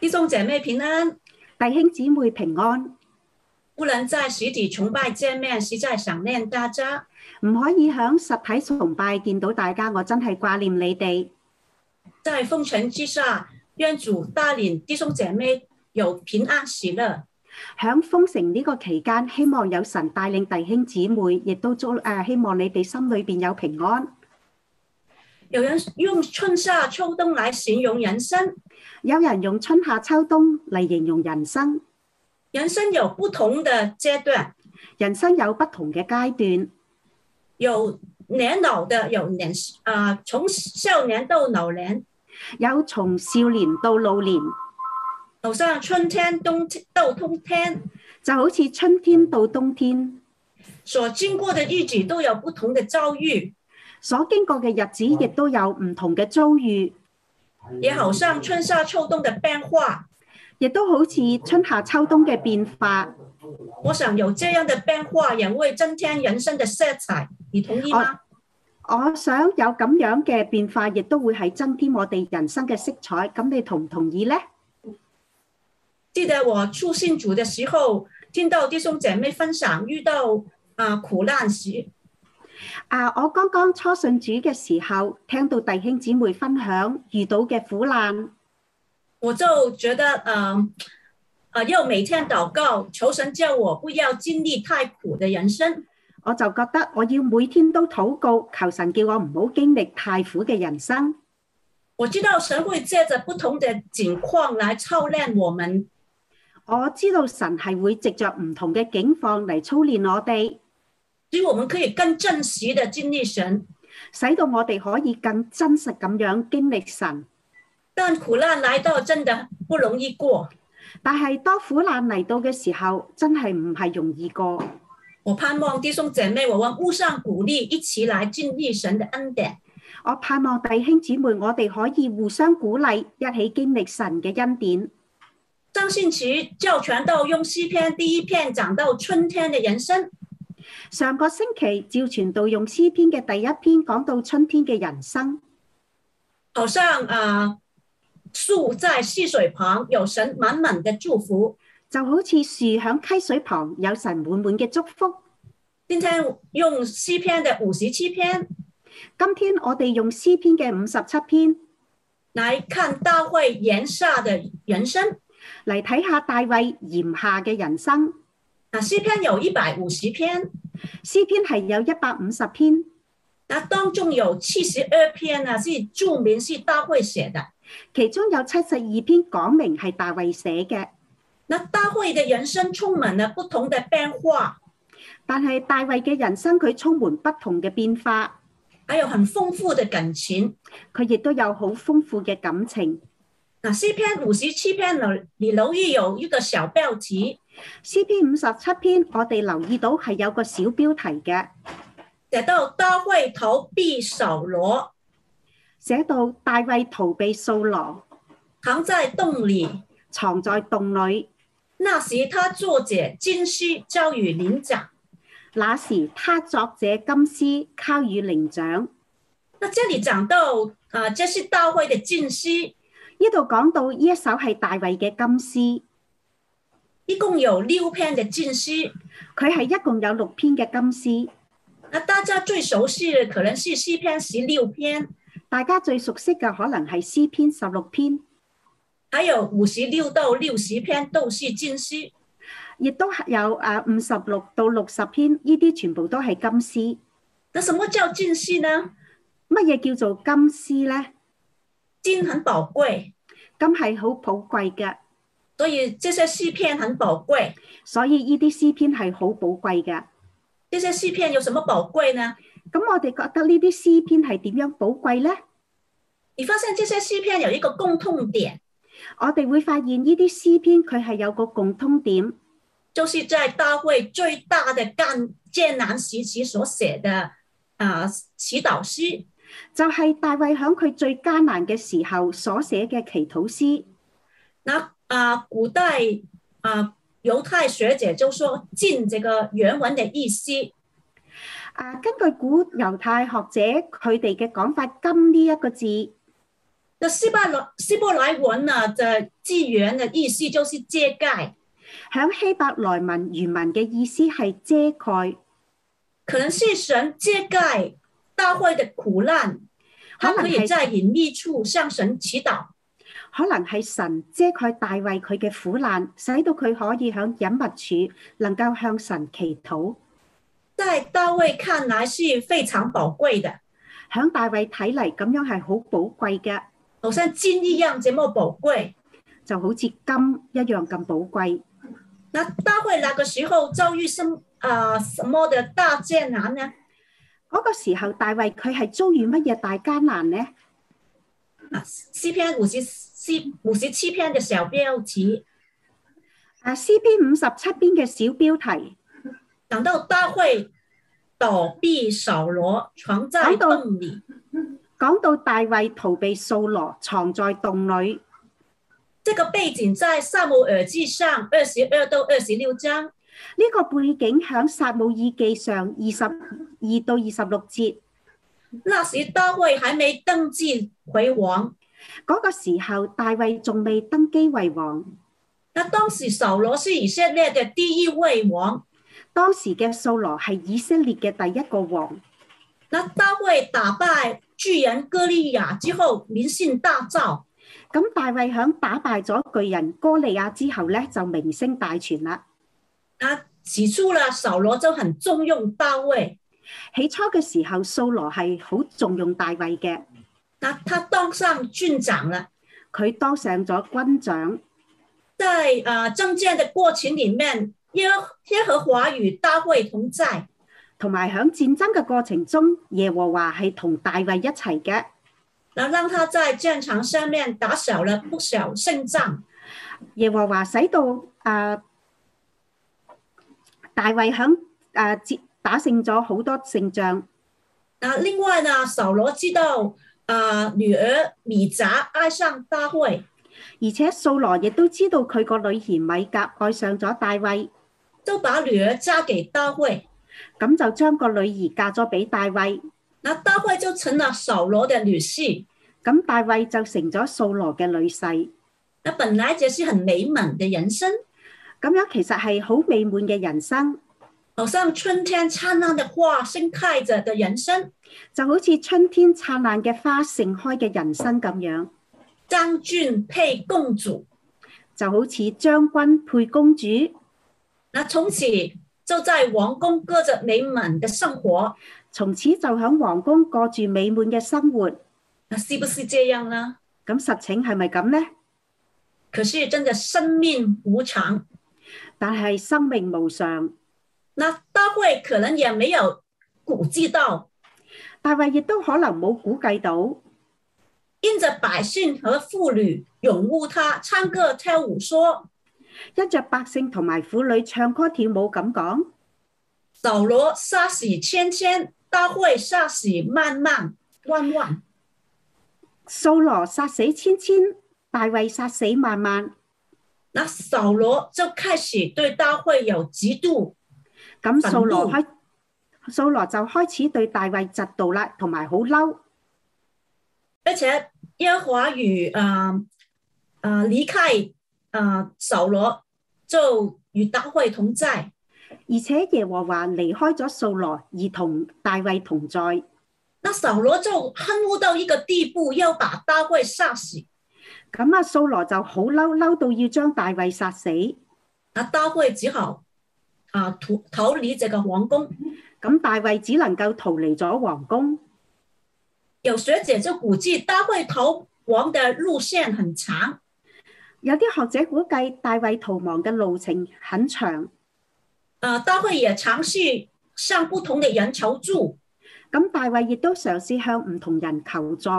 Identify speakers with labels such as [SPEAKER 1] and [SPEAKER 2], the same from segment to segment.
[SPEAKER 1] 弟兄姐妹平安，
[SPEAKER 2] 弟兄姊妹平安，
[SPEAKER 1] 不能在实体崇拜见面，实在想念大家。
[SPEAKER 2] 唔可以響實體崇拜見到大家，我真係掛念你哋。
[SPEAKER 1] 在封城之下，愿主带领弟兄姐妹有平安喜乐。
[SPEAKER 2] 響封城呢個期間，希望有神帶領弟兄姊妹，亦都祝誒、呃希望你哋心裏邊有平安。
[SPEAKER 1] 有人用春夏秋冬来形容人生，
[SPEAKER 2] 有人用春夏秋冬嚟形容人生，
[SPEAKER 1] 人生有不同的阶段，
[SPEAKER 2] 人生有不同嘅階段，
[SPEAKER 1] 有年老的，有年啊、从少年到老年，
[SPEAKER 2] 有從少年到老年，
[SPEAKER 1] 好像春天、冬天到冬天，
[SPEAKER 2] 就好似春天到冬天，
[SPEAKER 1] 所经过的日子都有不同的遭遇，
[SPEAKER 2] 所經過嘅日子亦都有唔同嘅遭遇，
[SPEAKER 1] 也好像春夏秋冬的变化。
[SPEAKER 2] 亦都好似春夏秋冬嘅變化。
[SPEAKER 1] 我想有这样的变化，也会增添人生的色彩，你同意吗？
[SPEAKER 2] 我想有咁樣嘅變化，亦都會係增添我哋人生嘅色彩。咁你同唔同意呢？
[SPEAKER 1] 记得我初信主的时候，听到弟兄姐妹分享遇到啊、苦难时，
[SPEAKER 2] 啊，我剛剛初信主嘅時候，聽到弟兄姊妹分享遇到嘅苦難，
[SPEAKER 1] 我就觉得呃呃要每天祷告，求神叫我不要经历太苦的人生。
[SPEAKER 2] 我就覺得我要每天都禱告，求神叫我唔好經歷太苦嘅人生。
[SPEAKER 1] 我知道神会借着不同的境况来操练我们，
[SPEAKER 2] 我知道神係會藉着唔同嘅境況嚟操練我哋，
[SPEAKER 1] 使我们可以更真实的经历神。
[SPEAKER 2] 使到我哋可以更真實咁樣經歷神。
[SPEAKER 1] 但苦难来到真的不容易过，
[SPEAKER 2] 但係當苦難嚟到嘅時候，真係唔係容易過。
[SPEAKER 1] 我盼望弟兄姐妹，我们互相鼓励，一起来经历神的恩典。
[SPEAKER 2] 我盼望弟兄姊妹，我哋可以互相鼓勵，一起經歷神嘅恩典。
[SPEAKER 1] 张信奇教传道用诗篇第一篇讲到春天的人生，
[SPEAKER 2] 上個星期趙傳道用詩篇嘅第一篇講到春天嘅人生，
[SPEAKER 1] 好像啊、呃树在溪水旁，有神满满的祝福。
[SPEAKER 2] 就好似樹響溪水旁，有神滿滿嘅祝福。
[SPEAKER 1] 今天用诗篇的五十七篇
[SPEAKER 2] 今天我哋用詩篇嘅五十七篇
[SPEAKER 1] 来看大卫炎夏的人生。
[SPEAKER 2] 嚟睇下大衛炎下嘅人生。
[SPEAKER 1] 啊，诗篇有一百五十篇，
[SPEAKER 2] 詩篇係有一百五十篇，
[SPEAKER 1] 那当中有七十二篇呢是注明是大卫写的。
[SPEAKER 2] 其中有七十二篇講明係大衛寫嘅，
[SPEAKER 1] 那大卫的人生充满了不同的变化，
[SPEAKER 2] 但係大衛嘅人生佢充滿不同嘅變化。
[SPEAKER 1] 还哎有很丰富的感情。
[SPEAKER 2] 佢亦都有好豐富嘅感情。
[SPEAKER 1] 那诗篇五十七篇呢，你留意有一个小标题，
[SPEAKER 2] 詩篇五十七篇，我哋留意到係有個小標題嘅，
[SPEAKER 1] 写到大卫逃避扫罗，
[SPEAKER 2] 寫到大衛逃避掃羅，
[SPEAKER 1] 藏在洞里。
[SPEAKER 2] 藏在洞裏。
[SPEAKER 1] 那时他作者金丝交与灵长。
[SPEAKER 2] 那時他作者金絲交與靈長。
[SPEAKER 1] 那这里讲到啊、呃这是大卫的金丝，
[SPEAKER 2] 呢度講到呢一首係大衛嘅金
[SPEAKER 1] 一共有六篇的金丝。
[SPEAKER 2] 絲，佢係一共有六篇嘅金絲。
[SPEAKER 1] 那大家最熟悉的可能是诗篇十六篇，
[SPEAKER 2] 大家最熟悉嘅可能係詩篇十六篇，
[SPEAKER 1] 还有五十六到六十篇都是金丝。
[SPEAKER 2] 亦都有啊五十六到六十篇，呢啲全部都係金絲。
[SPEAKER 1] 那什么叫金丝呢？
[SPEAKER 2] 乜嘢叫做金絲呢？
[SPEAKER 1] 金很宝贵，
[SPEAKER 2] 金係好寶貴嘅。
[SPEAKER 1] 所以这些诗篇很宝贵。
[SPEAKER 2] 所以呢啲詩篇係好寶貴嘅。
[SPEAKER 1] 这些诗篇有什么宝贵呢？
[SPEAKER 2] 咁我哋覺得呢啲詩篇係點樣寶貴呢？
[SPEAKER 1] 你发现这些诗篇有一个共通点，
[SPEAKER 2] 我哋會發現呢啲詩篇佢係有個共通點，
[SPEAKER 1] 就是在大卫最大的干艰难时期所写的啊、祈祷诗。
[SPEAKER 2] 就係、大衛響佢最艱難嘅時候所寫嘅祈禱詩。
[SPEAKER 1] 那啊、古代啊、犹太学者就说“尽”这个原文的意思，
[SPEAKER 2] 啊，根據古猶太學者佢哋嘅講法，金呢一個字
[SPEAKER 1] 那希伯来希伯来文呢的字源的意思就是遮盖，
[SPEAKER 2] 響希伯來文原文嘅意思係遮蓋，
[SPEAKER 1] 可能是神遮盖大会的苦难，他可以在隐秘处向神祈祷。
[SPEAKER 2] 可能係神遮蓋大衛佢嘅苦難，使到佢可以響隱密處能夠向神祈禱。
[SPEAKER 1] 在大卫看来是非常宝贵的，
[SPEAKER 2] 響大衛睇嚟咁樣係好寶貴嘅，
[SPEAKER 1] 好像金一样这么宝贵。
[SPEAKER 2] 就好似金一樣咁寶貴。
[SPEAKER 1] 那大卫那个时候遭遇什啊、什么的大艰难呢？
[SPEAKER 2] 嗰、個時候，大衛佢係遭遇乜嘢大艱難呢？
[SPEAKER 1] 啊，诗篇五十四五十七篇的小标题
[SPEAKER 2] 啊，詩篇五十七篇嘅小標題
[SPEAKER 1] 讲到大卫躲避扫罗，藏在
[SPEAKER 2] 讲到
[SPEAKER 1] 洞里。
[SPEAKER 2] 講到大衛逃避掃羅，藏在洞裏。
[SPEAKER 1] 这个背景在萨姆耳记上二十二到二十六章。
[SPEAKER 2] 呢、個背景響撒姆耳記上二十二到二十六節
[SPEAKER 1] 那时大卫还没登记为王，
[SPEAKER 2] 嗰、個時候，大衛仲未登基為王。
[SPEAKER 1] 那当时扫罗是以色列的第一位王。
[SPEAKER 2] 當時嘅掃羅係以色列嘅第一個王。
[SPEAKER 1] 那大卫打败巨人歌利亚之后，民心大噪。
[SPEAKER 2] 咁大衛響打敗咗巨人哥利亞之後咧，就名聲大傳啦。
[SPEAKER 1] 那起初呢，扫罗就很重用大卫。
[SPEAKER 2] 起初嘅時候，掃羅係好重用大衛嘅，
[SPEAKER 1] 那他当上郡长了，
[SPEAKER 2] 佢當上咗軍長。
[SPEAKER 1] 在呃征战的过程里面，耶和耶和华与大卫同在。
[SPEAKER 2] 同埋喺戰爭嘅過程中，耶和華係同大衛一齊嘅，
[SPEAKER 1] 那让他在战场上面打扫了不少胜仗。
[SPEAKER 2] 耶和華使到啊、大衛喺啊戰打勝咗好多勝仗。
[SPEAKER 1] 那另外呢，扫罗知道啊、呃女儿米扎爱上大卫，
[SPEAKER 2] 而且掃羅亦都知道佢個女兒米格愛上咗大衛，
[SPEAKER 1] 就把女儿嫁给大卫。
[SPEAKER 2] 咁就將個女兒嫁咗俾大衛，
[SPEAKER 1] 那大卫就成了扫罗的女婿。
[SPEAKER 2] 咁大衛就成咗掃羅嘅女婿。
[SPEAKER 1] 那本来这是很美满的人生，
[SPEAKER 2] 咁樣其實係好美滿嘅人生，
[SPEAKER 1] 好像春天灿烂的花盛开着的人生，
[SPEAKER 2] 就好似春天燦爛嘅花盛開嘅人生咁樣，
[SPEAKER 1] 将军配公主。
[SPEAKER 2] 就好似將軍配公主。
[SPEAKER 1] 那从此就在王宫过着美满的生活。
[SPEAKER 2] 從此就喺皇宮過住美滿嘅生活。
[SPEAKER 1] 那是不是这样呢？
[SPEAKER 2] 咁實情係咪咁呢？
[SPEAKER 1] 可是真的生命无常，
[SPEAKER 2] 但係生命無常，
[SPEAKER 1] 那大卫可能也没有估计到，
[SPEAKER 2] 大衛亦都可能冇估計到，
[SPEAKER 1] 因着百姓和妇女拥护他，唱歌跳舞说
[SPEAKER 2] 因着百姓同埋婦女唱歌跳舞咁講，：“
[SPEAKER 1] 扫罗杀死千千，大卫杀死万万万万。
[SPEAKER 2] 掃羅殺死千千，大衛殺死萬萬。”
[SPEAKER 1] 那扫罗就开始对大卫有嫉妒，
[SPEAKER 2] 咁
[SPEAKER 1] 憤
[SPEAKER 2] 掃羅
[SPEAKER 1] 怒
[SPEAKER 2] 開，掃羅就開始對大衛嫉妒啦，同埋好嬲。
[SPEAKER 1] 而且耶和华与呃呃离开呃扫罗，就与大卫同在。
[SPEAKER 2] 而且耶和華離開咗掃羅，而同大衛同在。
[SPEAKER 1] 那扫罗就恨恶到一个地步，要把大卫杀死。
[SPEAKER 2] 咁啊，掃羅就好嬲，嬲到要將大衛殺死。
[SPEAKER 1] 那大卫只好啊逃逃离这个皇宫。
[SPEAKER 2] 咁大衛只能夠逃離咗皇宮。
[SPEAKER 1] 有学者就估计大卫逃亡的路线很长，
[SPEAKER 2] 有啲學者估計大衛逃亡嘅路程很長，
[SPEAKER 1] 呃，大卫也尝试向不同的人求助。
[SPEAKER 2] 咁大衛亦都嘗試向唔同人求助。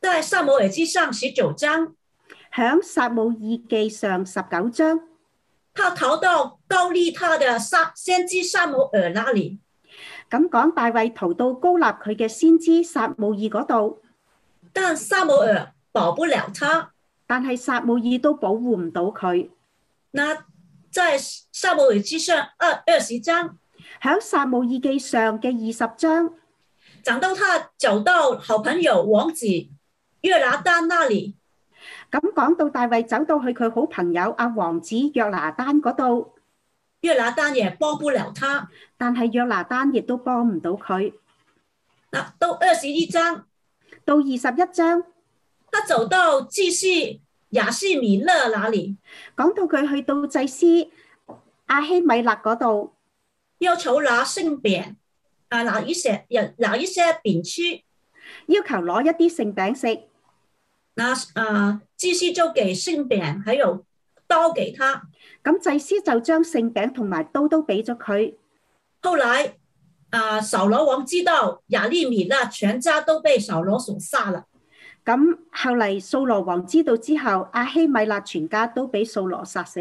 [SPEAKER 1] 在萨摩耳记上十九章，
[SPEAKER 2] 響撒姆耳記上十九章，
[SPEAKER 1] 他逃到高利他的萨先知萨摩耳那里，
[SPEAKER 2] 咁講大衛逃到高立佢嘅先知撒姆耳嗰度，
[SPEAKER 1] 但萨摩耳保不了他。
[SPEAKER 2] 但係撒姆耳都保護唔到佢。
[SPEAKER 1] 那在萨摩耳记上二二十章
[SPEAKER 2] 響撒姆耳記上嘅二十章，
[SPEAKER 1] 讲到他走到好朋友王子约拿丹那里。
[SPEAKER 2] 咁講到大衛走到去佢好朋友阿王子約拿丹嗰度，
[SPEAKER 1] 约拿丹也帮不了他。
[SPEAKER 2] 但係約拿丹亦都幫唔到佢。
[SPEAKER 1] 那到二十一章，
[SPEAKER 2] 到二十一章
[SPEAKER 1] 他走到祭司雅西米勒那里，
[SPEAKER 2] 講到佢去到祭司阿希米勒嗰度，
[SPEAKER 1] 要求拿圣饼，啊，拿一些也拿一些饼吃。
[SPEAKER 2] 要求攞一啲聖餅食。
[SPEAKER 1] 那啊，祭司就给圣饼还有刀给他。
[SPEAKER 2] 咁祭司就將聖餅同埋刀都俾咗佢。
[SPEAKER 1] 后来啊，扫罗王知道雅利米勒全家都被扫罗所杀了，
[SPEAKER 2] 咁後嚟掃羅王知道之後，阿希米勒全家都俾掃羅殺死。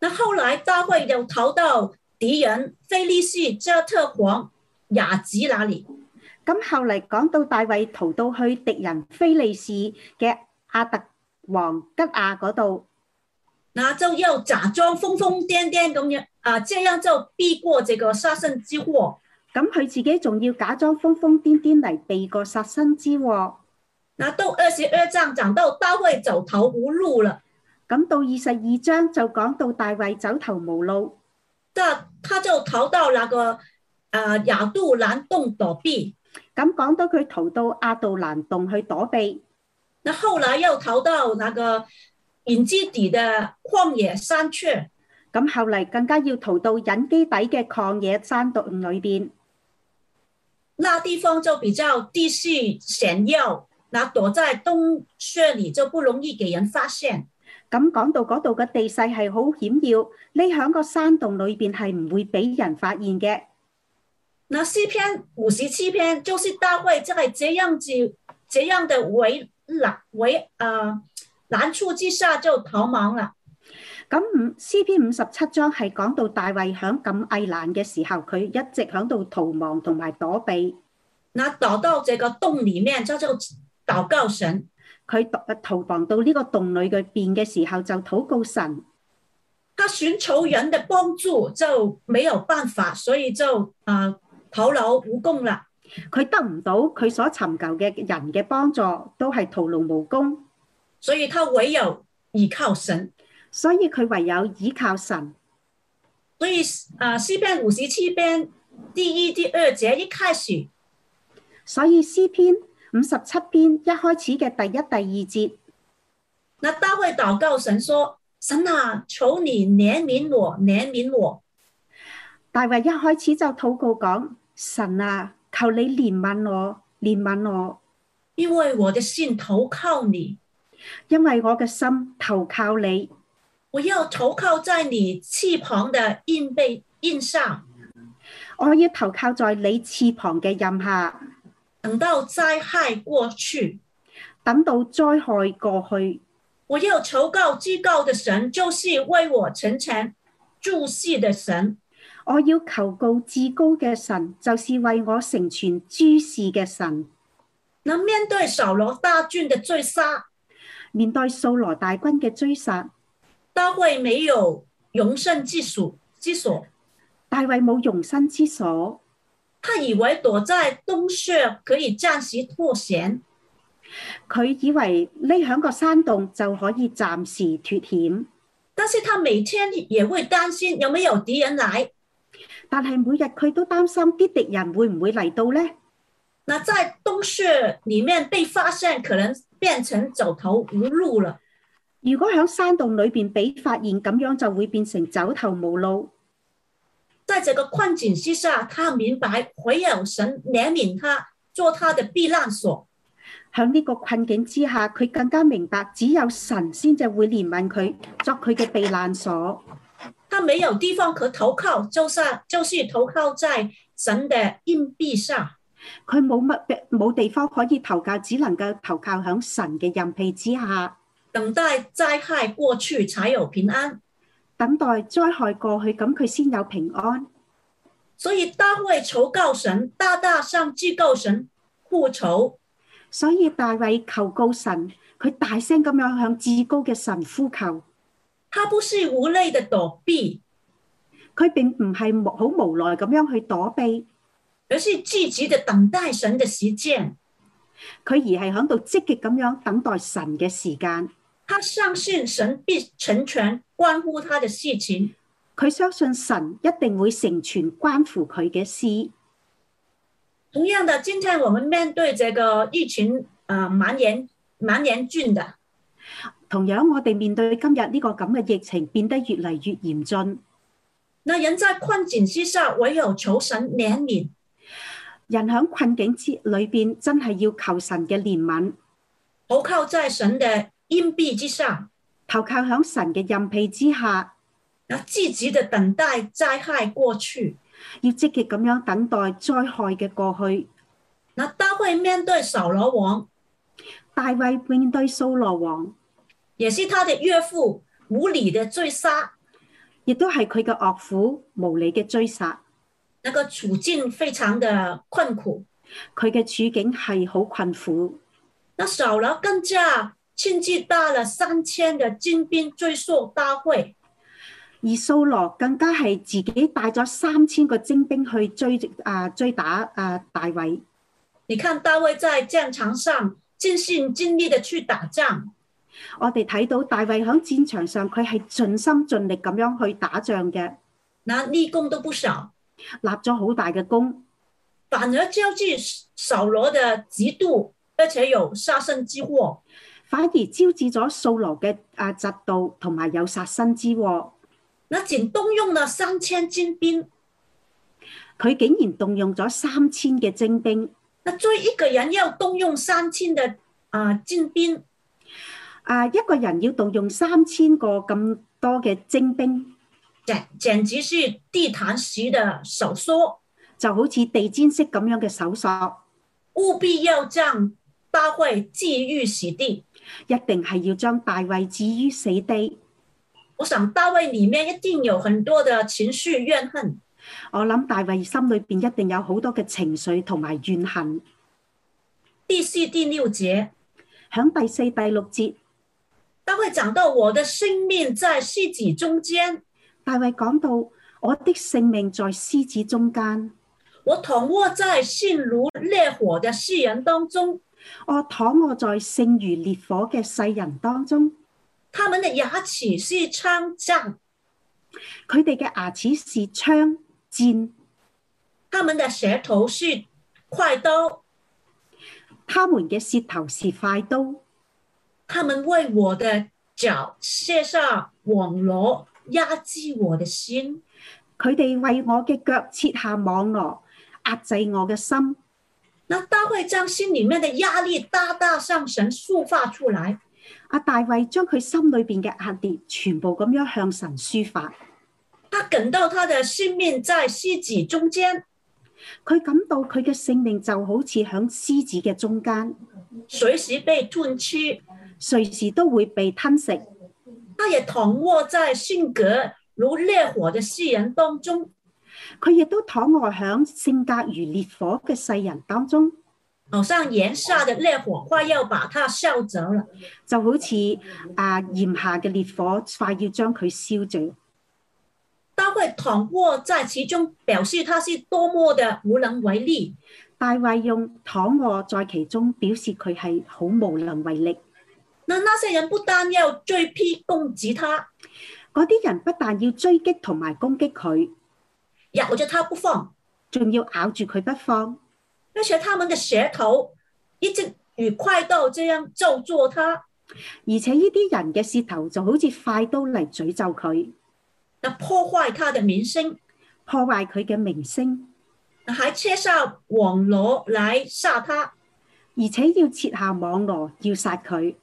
[SPEAKER 1] 那后来大卫又逃到敌人非利士加特王雅吉那里。
[SPEAKER 2] 咁後嚟講到大衛逃到去敵人非利士嘅阿特王吉亞嗰度，
[SPEAKER 1] 那就要假装疯疯癫癫咁样啊，这样就避过这个杀身之祸。
[SPEAKER 2] 咁佢自己仲要假裝瘋瘋癲癲嚟避過殺身之禍。
[SPEAKER 1] 那到二十二章讲到大卫走投无路了，
[SPEAKER 2] 咁到二十二章就講到大衛走投無路，
[SPEAKER 1] 那他就逃到那个啊亚杜兰洞躲避。
[SPEAKER 2] 咁講到佢逃到阿杜蘭洞去躲避，
[SPEAKER 1] 那后来又逃到那个隐基底的旷野山雀。
[SPEAKER 2] 咁後嚟更加要逃到隱基底嘅曠野山洞裏邊。
[SPEAKER 1] 那地方就比较地势险要，那躲在洞穴里就不容易给人发现。
[SPEAKER 2] 咁講到嗰度嘅地勢係好險要，匿喺個山洞裏邊係唔會俾人發現嘅。
[SPEAKER 1] 那诗篇五十七篇就是大卫在这样子这样的围难围啊难处之下就逃亡了。
[SPEAKER 2] 咁五詩篇五十七章係講到大衛響咁危難嘅時候，佢一直響度逃亡同埋躲避。
[SPEAKER 1] 那躲到这个洞里面，他就祷告神。
[SPEAKER 2] 佢躲呃逃亡到呢個洞裏嘅邊嘅時候，就禱告神。
[SPEAKER 1] 他寻求人的帮助就没有办法，所以就啊、呃徒劳无功了。
[SPEAKER 2] 佢得唔到佢所尋求嘅人嘅幫助，都係徒勞無功。
[SPEAKER 1] 所以他唯有倚靠神。
[SPEAKER 2] 所以佢唯有倚靠神。
[SPEAKER 1] 所以啊、呃诗篇五十七篇第一、第二节一开始
[SPEAKER 2] 所以詩篇五十七篇一開始嘅第一、第二節。
[SPEAKER 1] 那大卫祷告神说：“神啊，求你怜悯我，怜悯我。
[SPEAKER 2] 大衛一開始就禱告講：神啊，求你憐憫我，憐憫我，
[SPEAKER 1] 因为我的心投靠你，
[SPEAKER 2] 因為我嘅心投靠你，
[SPEAKER 1] 我要投靠在你翅膀的印背印上，
[SPEAKER 2] 我要投靠在你翅膀嘅任下，
[SPEAKER 1] 等到灾害过去。
[SPEAKER 2] 等到災害過去。
[SPEAKER 1] 我要求告至高的神，就是为我成全注戏的神。
[SPEAKER 2] 我要求告至高嘅神，就是為我成全諸事嘅神。
[SPEAKER 1] 那面对扫罗大军的追杀，
[SPEAKER 2] 面對掃羅大軍嘅追殺，
[SPEAKER 1] 大卫没有容身之所之所，
[SPEAKER 2] 大衛冇容身之所。
[SPEAKER 1] 他以为躲在洞穴可以暂时脱险。
[SPEAKER 2] 佢以為匿喺個山洞就可以暫時脱險，
[SPEAKER 1] 但是他每天也会担心有没有敌人来。
[SPEAKER 2] 但係每日佢都擔心啲敵人會唔會嚟到呢？
[SPEAKER 1] 那在洞穴里面被发现，可能变成走投无路了。
[SPEAKER 2] 如果喺山洞裏邊俾發現，咁樣就會變成走投無路。
[SPEAKER 1] 在这个困境之下，他明白唯有神怜悯他，做他的避难所。
[SPEAKER 2] 喺呢個困境之下，佢更加明白只有神先至會憐憫佢，作佢嘅避難所。
[SPEAKER 1] 他没有地方可投靠，就是就是投靠在神的硬币下。
[SPEAKER 2] 佢冇乜冇地方可以投靠，只能夠投靠喺神嘅任庇之下，
[SPEAKER 1] 等待灾害过去，才有平安。
[SPEAKER 2] 等待災害過去，咁佢先有平安。
[SPEAKER 1] 所以大卫求告神，大大向至高神呼求。
[SPEAKER 2] 所以大衛求告神，佢大聲咁樣向至高嘅神呼求。
[SPEAKER 1] 他不是无泪的躲避，
[SPEAKER 2] 佢並唔係無好無奈咁樣去躲避，
[SPEAKER 1] 而是积极的等待神的实践。
[SPEAKER 2] 佢而係喺度積極咁樣等待神嘅時間。
[SPEAKER 1] 他相信神必成全关乎他的事情，
[SPEAKER 2] 佢相信神一定會成全關乎佢嘅事。
[SPEAKER 1] 同样的，今天我们面对这个疫情，呃，蛮严蛮严峻的，
[SPEAKER 2] 同樣，我哋面對今日呢個咁嘅疫情變得越嚟越嚴峻，
[SPEAKER 1] 那人在困境之下，唯有求神怜悯。
[SPEAKER 2] 人喺困境之裏邊真係要求神嘅憐憫，
[SPEAKER 1] 投靠在神的荫庇之上，
[SPEAKER 2] 投靠喺神嘅任庇之下，
[SPEAKER 1] 那积极的等待灾害过去。
[SPEAKER 2] 要積極咁樣等待災害嘅過去。
[SPEAKER 1] 那大卫面对扫罗王，
[SPEAKER 2] 大衛面對掃羅王，
[SPEAKER 1] 也是他的岳父无理的追杀，
[SPEAKER 2] 亦都係佢嘅岳父無理嘅追殺，
[SPEAKER 1] 那个处境非常的困苦。
[SPEAKER 2] 佢嘅處境係好困苦。
[SPEAKER 1] 那扫罗更加亲自带了三千的精兵追溯大卫，
[SPEAKER 2] 而掃羅更加係自己帶咗三千個精兵去追啊追打啊大衛。
[SPEAKER 1] 你看大卫在战场上尽心尽力的去打仗，
[SPEAKER 2] 我哋睇到大衛喺戰場上，佢係盡心盡力咁樣去打仗嘅，
[SPEAKER 1] 那立功都不少，
[SPEAKER 2] 立咗好大嘅功，
[SPEAKER 1] 反而招致扫罗的嫉妒，而且有杀身之祸。
[SPEAKER 2] 反而招致咗掃羅嘅啊嫉妒同埋有殺身之禍。
[SPEAKER 1] 那仅动用了三千精兵，
[SPEAKER 2] 佢竟然動用咗三千嘅精兵，
[SPEAKER 1] 那追一个人要动用三千的啊、呃精兵，
[SPEAKER 2] 啊一個人要動用三千個咁多嘅精兵，
[SPEAKER 1] 简简直是地毯式的手缩，
[SPEAKER 2] 就好似地氈式咁樣嘅搜索，
[SPEAKER 1] 务必要将大卫置于死地。
[SPEAKER 2] 一定係要將大衛置於死地。
[SPEAKER 1] 我想大卫里面一定有很多的情绪怨恨，
[SPEAKER 2] 我諗大衛心裏邊一定有好多嘅情緒同埋怨恨。
[SPEAKER 1] 第四、第六节，
[SPEAKER 2] 響第四、第六節。
[SPEAKER 1] 大卫讲到我的生命在狮子中间，
[SPEAKER 2] 大衛講到：我的性命在獅子中間，
[SPEAKER 1] 我躺卧在性如烈火的世人当中，
[SPEAKER 2] 我躺卧在性如烈火嘅世人當中，
[SPEAKER 1] 他们的牙齿是枪杖，
[SPEAKER 2] 佢哋嘅牙齒是槍箭，
[SPEAKER 1] 他们的舌头是快刀。
[SPEAKER 2] 他們嘅舌頭是快刀，
[SPEAKER 1] 他们为我的脚卸下网罗，压制我的心。
[SPEAKER 2] 佢哋為我嘅腳設下網羅，壓制我嘅心。
[SPEAKER 1] 那大卫将心里面的压力大大向神抒发出来，
[SPEAKER 2] 阿啊大衛將佢心裏邊嘅壓力全部咁樣向神抒發，
[SPEAKER 1] 他感到他的性命在狮子中间，
[SPEAKER 2] 佢感到佢嘅性命就好似響獅子嘅中間，
[SPEAKER 1] 随时被吞吃。
[SPEAKER 2] 隨時都會被吞食。
[SPEAKER 1] 他也躺卧在性格如烈火的世人当中，
[SPEAKER 2] 佢亦都躺卧響性格如烈火嘅世人當中，
[SPEAKER 1] 好像哦炎夏的烈火快要把他烧着了。
[SPEAKER 2] 就好似啊炎下嘅烈火快要將佢燒盡。
[SPEAKER 1] 大卫躺卧在其中，表示他是多么的无能为力。
[SPEAKER 2] 大衛用躺卧在其中，表示佢係好無能為力。
[SPEAKER 1] 那那些人不单要追批攻击他，
[SPEAKER 2] 嗰啲人不但要追擊同埋攻擊佢，
[SPEAKER 1] 咬着他不放，
[SPEAKER 2] 仲要咬住佢不放，
[SPEAKER 1] 而且他们的舌头一直与快刀这样咒诅他，
[SPEAKER 2] 而且呢啲人嘅舌頭就好似快刀嚟詛咒佢，
[SPEAKER 1] 那破坏他的名声，
[SPEAKER 2] 破壞佢嘅名聲，
[SPEAKER 1] 那还切下网罗来杀他。
[SPEAKER 2] 而且要設下網羅要殺佢。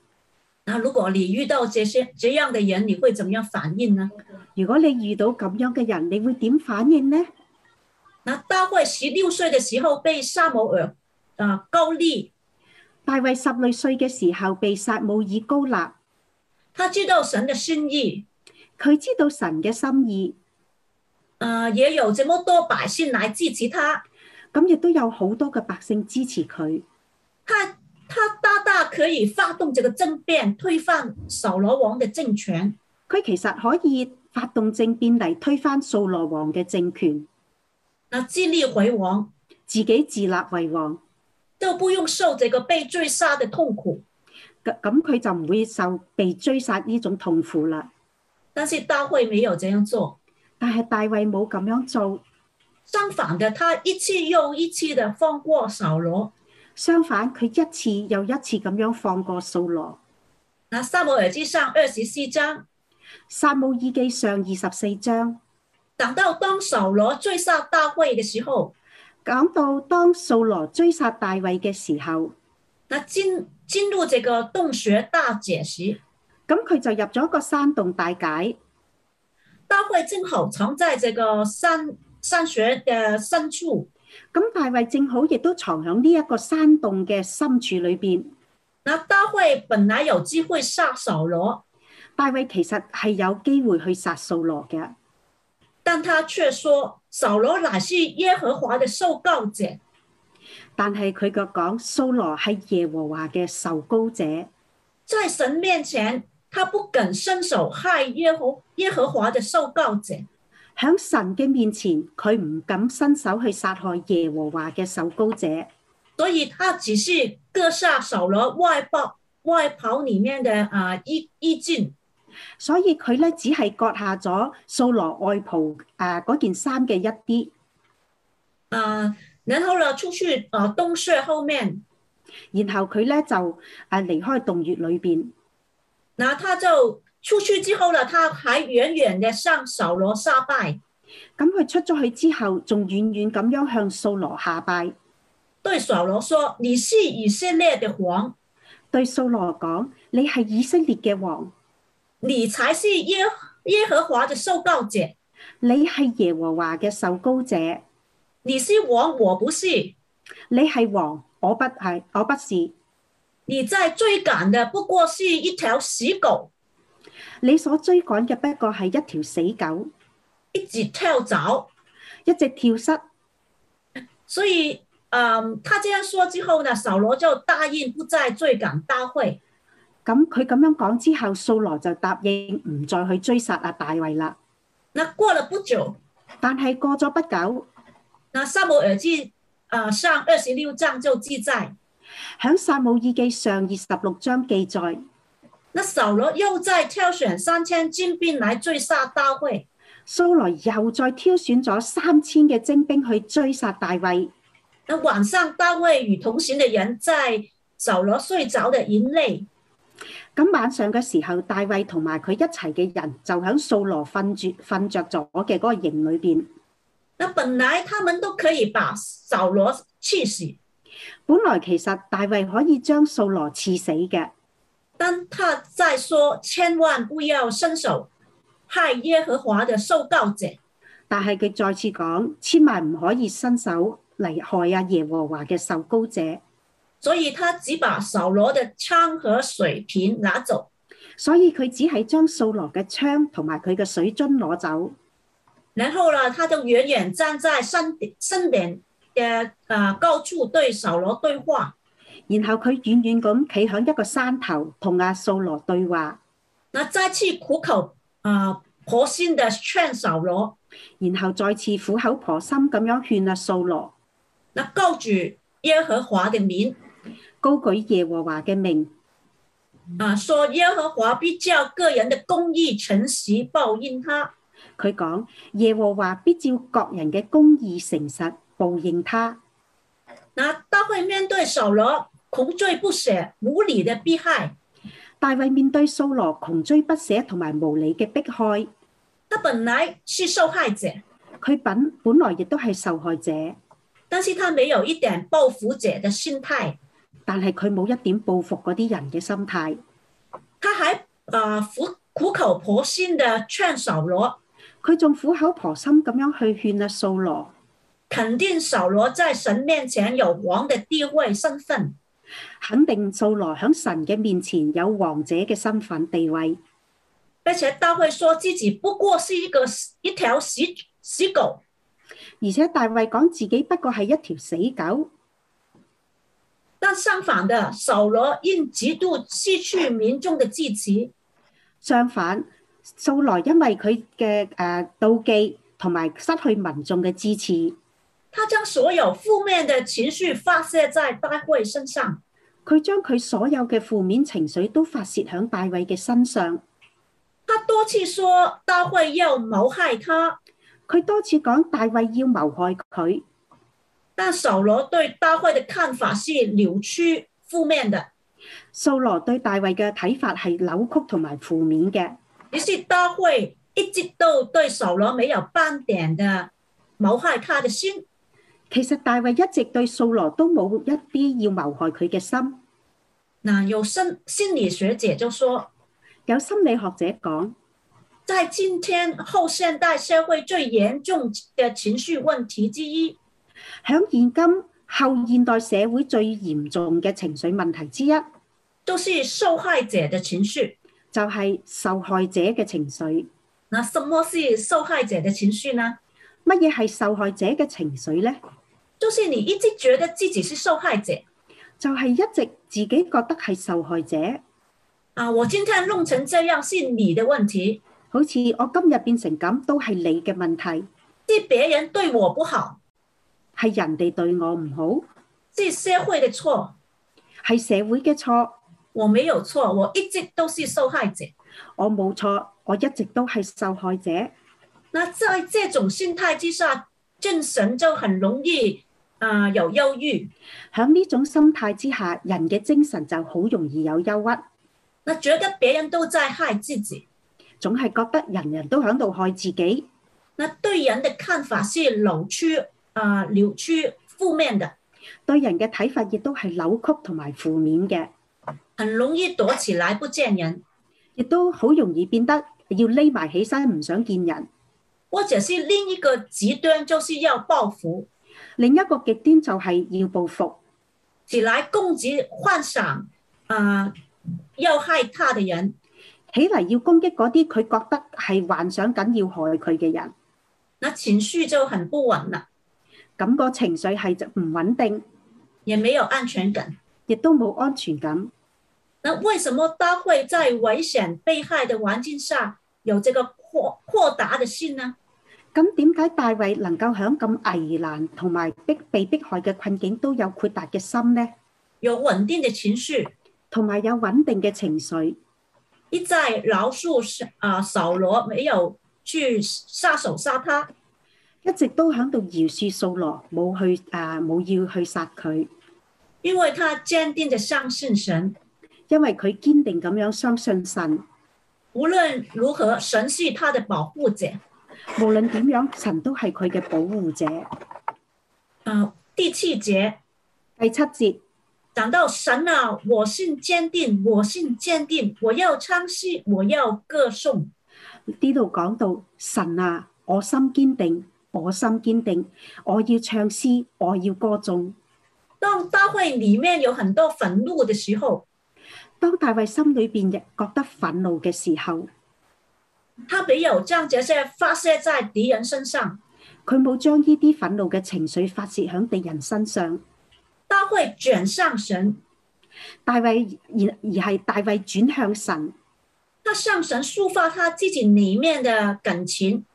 [SPEAKER 1] 那如果你遇到这些这样的人，你会怎么样反应呢？
[SPEAKER 2] 如果你遇到咁樣嘅人，你會點反應呢？
[SPEAKER 1] 那大卫十六岁的时候被撒摩尔啊高利，
[SPEAKER 2] 大衛十六歲嘅時候被撒姆耳高立，
[SPEAKER 1] 他知道神的心意，
[SPEAKER 2] 佢知道神嘅心意，
[SPEAKER 1] 呃，也有这么多百姓来支持他，
[SPEAKER 2] 咁亦都有好多嘅百姓支持佢，
[SPEAKER 1] 他他大大可以发动这个政变，推翻扫罗王的政权。
[SPEAKER 2] 佢其實可以發動政變嚟推翻掃羅王嘅政權，
[SPEAKER 1] 那基利回王，
[SPEAKER 2] 自己自立為王。
[SPEAKER 1] 都不用受这个被追杀的痛苦。
[SPEAKER 2] 咁咁佢就唔會受被追殺呢種痛苦啦。
[SPEAKER 1] 但是大卫没有这样做，
[SPEAKER 2] 但係大衛冇咁樣做，
[SPEAKER 1] 相反的，他一次又一次的放过扫罗。
[SPEAKER 2] 相反佢一次又一次咁樣放過掃羅。
[SPEAKER 1] 那撒母耳记上二十四章，
[SPEAKER 2] 撒姆耳記上二十四章
[SPEAKER 1] 等到当扫罗追杀大卫的时候，
[SPEAKER 2] 講到，當掃羅追殺大衛嘅時候，
[SPEAKER 1] 那进进入这个洞穴大解时，
[SPEAKER 2] 咁佢就入咗一個山洞大解。
[SPEAKER 1] 大卫正好藏在这个山山穴的深处。
[SPEAKER 2] 咁大衛正好亦都藏喺呢一個山洞嘅深處裏邊。
[SPEAKER 1] 那大卫本来有机会杀扫罗，
[SPEAKER 2] 大衛其實係有機會去殺掃羅嘅，
[SPEAKER 1] 但他却说扫罗乃是耶和华的受告者，
[SPEAKER 2] 但係佢卻講掃羅係耶和華嘅受高者，
[SPEAKER 1] 在神面前他不肯伸手害耶和耶和华的受告者。
[SPEAKER 2] 喺神嘅面前佢唔敢伸手去殺害耶和華嘅受高者，
[SPEAKER 1] 所以他只是割下扫罗外袍外袍里面的啊衣衣襟，
[SPEAKER 2] 所以佢咧只係割下咗掃羅外袍啊嗰件衫嘅一啲，
[SPEAKER 1] 啊，然后呢出去啊洞穴后面，
[SPEAKER 2] 然後佢咧就啊離開洞穴裏邊。
[SPEAKER 1] 那他就出去之后呢，他还远远的向扫罗撒拜，
[SPEAKER 2] 咁佢出咗去之後，仲遠遠咁樣向掃羅下拜，
[SPEAKER 1] 对扫罗说：你是以色列的王，
[SPEAKER 2] 對掃羅講：你係以色列嘅王。
[SPEAKER 1] 你才是耶耶和华的受告者，
[SPEAKER 2] 你係耶和華嘅受高者，
[SPEAKER 1] 你是王，我不是。
[SPEAKER 2] 你係王，我不係，我不是。
[SPEAKER 1] 你在追赶的不过是一条死狗，
[SPEAKER 2] 你所追趕嘅不過係一條死狗，
[SPEAKER 1] 一直跳蚤。
[SPEAKER 2] 一隻跳蚤。
[SPEAKER 1] 所以，嗯，他这样说之后呢，扫罗就答应不再追赶大会。
[SPEAKER 2] 咁佢咁樣講之後，掃羅就答應唔再去追殺阿大衛啦。
[SPEAKER 1] 那过了不久，
[SPEAKER 2] 但係過咗不久，
[SPEAKER 1] 那撒母耳记啊、呃上二十六章就记载，
[SPEAKER 2] 響撒姆耳記上二十六章記載，
[SPEAKER 1] 那扫罗又在挑选三千精兵来追杀大会。
[SPEAKER 2] 掃羅又再挑選咗三千嘅精兵去追殺大衛。
[SPEAKER 1] 那晚上，大卫与同行的人在扫罗睡着的营内，
[SPEAKER 2] 咁晚上嘅時候，大衛同埋佢一齊嘅人就響掃羅瞓住瞓着咗嘅嗰個營裏邊。
[SPEAKER 1] 那本来他们都可以把扫罗气死，
[SPEAKER 2] 本來其實大衛可以將掃羅刺死嘅，
[SPEAKER 1] 但他在说千万不要伸手害耶和华的受告者。
[SPEAKER 2] 但係佢再次講，千萬唔可以伸手嚟害啊耶和華嘅受高者，
[SPEAKER 1] 所以他只把扫罗的枪和水瓶拿走，
[SPEAKER 2] 所以佢只係將掃羅嘅槍同埋佢嘅水樽攞走，
[SPEAKER 1] 然后呢，他就远远站在山顶山顶的呃高处对扫罗对话。
[SPEAKER 2] 然後佢遠遠咁企喺一個山頭同阿掃羅對話，
[SPEAKER 1] 那再次苦口啊婆心的劝扫罗，
[SPEAKER 2] 然後再次苦口婆心咁樣勸阿掃羅
[SPEAKER 1] 那告主耶和华的名
[SPEAKER 2] 高舉耶和華嘅命，
[SPEAKER 1] 啊，说耶和华必叫个人的公义诚实报应他。
[SPEAKER 2] 佢講耶和華必照各人嘅公義誠實報應他。
[SPEAKER 1] 那大卫面对扫罗穷追不舍、无理的逼害，
[SPEAKER 2] 大衛面對掃羅窮追不捨同埋無理嘅迫害，
[SPEAKER 1] 他本来是受害者，
[SPEAKER 2] 佢本本來亦都係受害者，
[SPEAKER 1] 但是他没有一点报复者的心态，
[SPEAKER 2] 但係佢冇一點報復嗰啲人嘅心態，
[SPEAKER 1] 他还呃苦苦口婆心的劝扫罗，
[SPEAKER 2] 佢仲苦口婆心咁樣去勸啊掃羅，
[SPEAKER 1] 肯定扫罗在神面前有王的地位身份。
[SPEAKER 2] 肯定掃羅喺神嘅面前有王者嘅身份地位，
[SPEAKER 1] 而且大卫说自己不过是一个一条死死狗，
[SPEAKER 2] 而且大衛講自己不過係一條死狗，
[SPEAKER 1] 但相反的，扫罗因极度失去民众的支持，
[SPEAKER 2] 相反掃羅因為佢嘅誒妒忌同埋失去民眾嘅支持，
[SPEAKER 1] 他将所有负面的情绪发泄在大卫身上，
[SPEAKER 2] 佢將佢所有嘅負面情緒都發泄喺大衛嘅身上。
[SPEAKER 1] 他多次说大卫要谋害他，
[SPEAKER 2] 佢多次講大衛要謀害佢，
[SPEAKER 1] 但扫罗对大卫的看法是扭曲负面的，
[SPEAKER 2] 掃羅對大衛嘅睇法係扭曲同埋負面嘅，
[SPEAKER 1] 于是大卫一直都对扫罗没有半点的谋害他的心。
[SPEAKER 2] 其實大衛一直對掃羅都冇一啲要謀害佢嘅心。
[SPEAKER 1] 那有心心理学者就说，
[SPEAKER 2] 有心理學者講，
[SPEAKER 1] 在今天后现代社会最严重的情绪问题之一，
[SPEAKER 2] 喺現今後現代社會最嚴重嘅情緒問題之一，
[SPEAKER 1] 就是受害者的情绪。
[SPEAKER 2] 就係、受害者嘅情緒。
[SPEAKER 1] 那什么是受害者的情绪呢？
[SPEAKER 2] 乜嘢係受害者嘅情緒呢？
[SPEAKER 1] 就是你一直觉得自己是受害者
[SPEAKER 2] 就係、一直自己覺得係受害者，
[SPEAKER 1] 啊，我今天弄成这样是你的问题，
[SPEAKER 2] 好似我今日變成咁都係你嘅問題，
[SPEAKER 1] 是别人对我不好，
[SPEAKER 2] 係人哋對我唔好，
[SPEAKER 1] 是社会的错，
[SPEAKER 2] 係社會嘅錯，
[SPEAKER 1] 我没有错，我一直都是受害者。
[SPEAKER 2] 我冇錯，我一直都係受害者。
[SPEAKER 1] 那在这种心态之下，精神就很容易啊、有忧郁，
[SPEAKER 2] 喺呢種心態之下，人嘅精神就好容易有憂鬱，
[SPEAKER 1] 那觉得别人都在害自己，
[SPEAKER 2] 總係覺得人人都喺度害自己，
[SPEAKER 1] 那对人的看法是扭曲啊、扭曲负面的，
[SPEAKER 2] 對人嘅睇法亦都係扭曲同埋負面嘅，
[SPEAKER 1] 很容易躲起来不见人，
[SPEAKER 2] 亦都好容易變得要匿埋起身，唔想見人。
[SPEAKER 1] 或者是另一个极端就是要报复，
[SPEAKER 2] 另一個極端就係要報復。
[SPEAKER 1] 起来攻击幻想啊、要害他的人，
[SPEAKER 2] 起嚟要攻擊嗰啲佢覺得係幻想緊要害佢嘅人，
[SPEAKER 1] 那情绪就很不稳了，
[SPEAKER 2] 咁、個情緒係就唔穩定，
[SPEAKER 1] 也没有安全感。
[SPEAKER 2] 亦都冇安全感。
[SPEAKER 1] 那为什么大会在危险被害的环境下有这个豁豁达的心呢？
[SPEAKER 2] 咁點解大衛能夠喺咁危難同埋逼被迫害嘅困境都有豁達嘅心呢？
[SPEAKER 1] 有稳定的情绪，
[SPEAKER 2] 同埋有穩定嘅情緒，
[SPEAKER 1] 一再饶恕啊扫罗没有去下手杀他，
[SPEAKER 2] 一直都喺度饒恕掃羅，冇去啊冇、要去殺佢，
[SPEAKER 1] 因为他坚定的相信神，
[SPEAKER 2] 因為佢堅定咁樣相信神，
[SPEAKER 1] 无论如何神是他的保护者。
[SPEAKER 2] 無論點樣，神都係佢嘅保護者。
[SPEAKER 1] 啊，第七节
[SPEAKER 2] 第七節。
[SPEAKER 1] 讲到神啊，我信坚定，我信坚定，我要唱诗，我要歌颂。
[SPEAKER 2] 呢度講到神啊，我心堅定，我心堅定，我要唱詩，我要歌頌。
[SPEAKER 1] 当大会里面有很多愤怒的时候，
[SPEAKER 2] 當大衛心裏邊亦覺得憤怒嘅時候，
[SPEAKER 1] 他没有将这些发泄在敌人身上，
[SPEAKER 2] 佢冇將呢啲憤怒嘅情緒發泄喺敵人身上，
[SPEAKER 1] 大会卷上神，
[SPEAKER 2] 大衛而而係大衛轉向神，
[SPEAKER 1] 他向神抒发他自己里面的感情，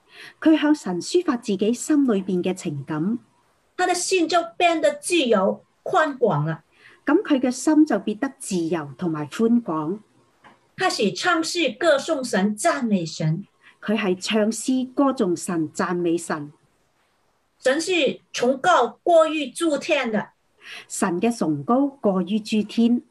[SPEAKER 2] 佢向神抒發自己心裏邊嘅情感，
[SPEAKER 1] 他的心就变得自由宽广了，
[SPEAKER 2] 咁佢嘅心就變得自由同埋寬廣。
[SPEAKER 1] 开始唱诗歌颂神、赞美神。
[SPEAKER 2] 佢係唱詩歌頌神、讚美神，
[SPEAKER 1] 神是崇高过于诸天的
[SPEAKER 2] 神嘅崇高過於諸天。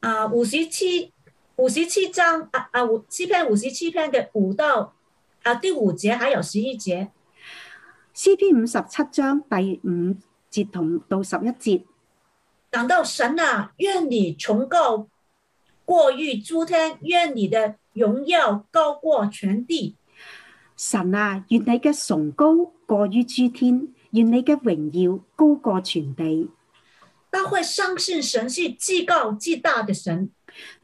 [SPEAKER 1] 啊，五十七五十七章啊啊五七篇五十七篇的五到啊第五节还有十一节。
[SPEAKER 2] 詩篇五十七章第五節同到十一節，
[SPEAKER 1] 讲到神啊，愿你崇高过于诸天，愿你的荣耀高过全地。
[SPEAKER 2] 神啊，願你嘅崇高過於諸天，願你嘅榮耀高過全地。
[SPEAKER 1] 他会相信神是至高至大的神，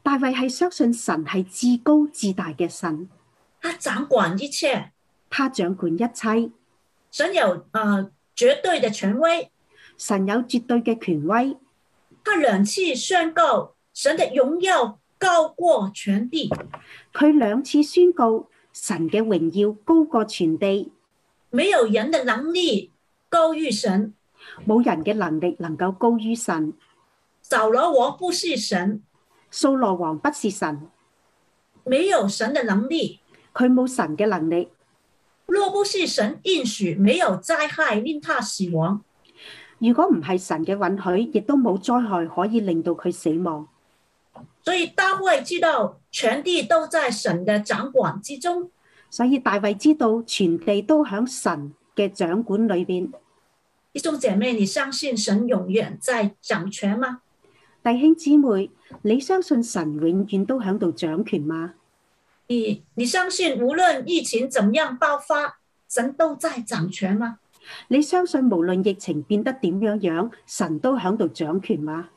[SPEAKER 2] 大衛係相信神係至高至大嘅神，
[SPEAKER 1] 他掌管一切，
[SPEAKER 2] 他掌管一切，
[SPEAKER 1] 神有呃绝对的权威。
[SPEAKER 2] 神有絕對嘅權威。
[SPEAKER 1] 他两次宣告神的荣耀高过全地，
[SPEAKER 2] 佢兩次宣告神嘅榮耀高過全地，
[SPEAKER 1] 没有人的能力高于神，
[SPEAKER 2] 冇人嘅能力能夠高於神。
[SPEAKER 1] 扫罗王不是神，
[SPEAKER 2] 掃羅王不是神，
[SPEAKER 1] 没有神的能力。
[SPEAKER 2] 佢冇神嘅能力。
[SPEAKER 1] 若不是神应许，没有灾害令他死亡。
[SPEAKER 2] 如果唔係神嘅允許，亦都冇災害可以令到佢死亡。
[SPEAKER 1] 所以大卫知道全地都在神的掌管之中，
[SPEAKER 2] 所以大衛知道全地都喺神嘅掌管裏邊。
[SPEAKER 1] 弟兄姐妹，你相信神永远在掌权吗？
[SPEAKER 2] 弟兄姊妹，你相信神永遠都喺度掌權嗎？
[SPEAKER 1] 你你相信无论疫情怎样爆发，神都在掌权吗？
[SPEAKER 2] 你相信無論疫情變得點樣樣，神都喺度掌權嗎？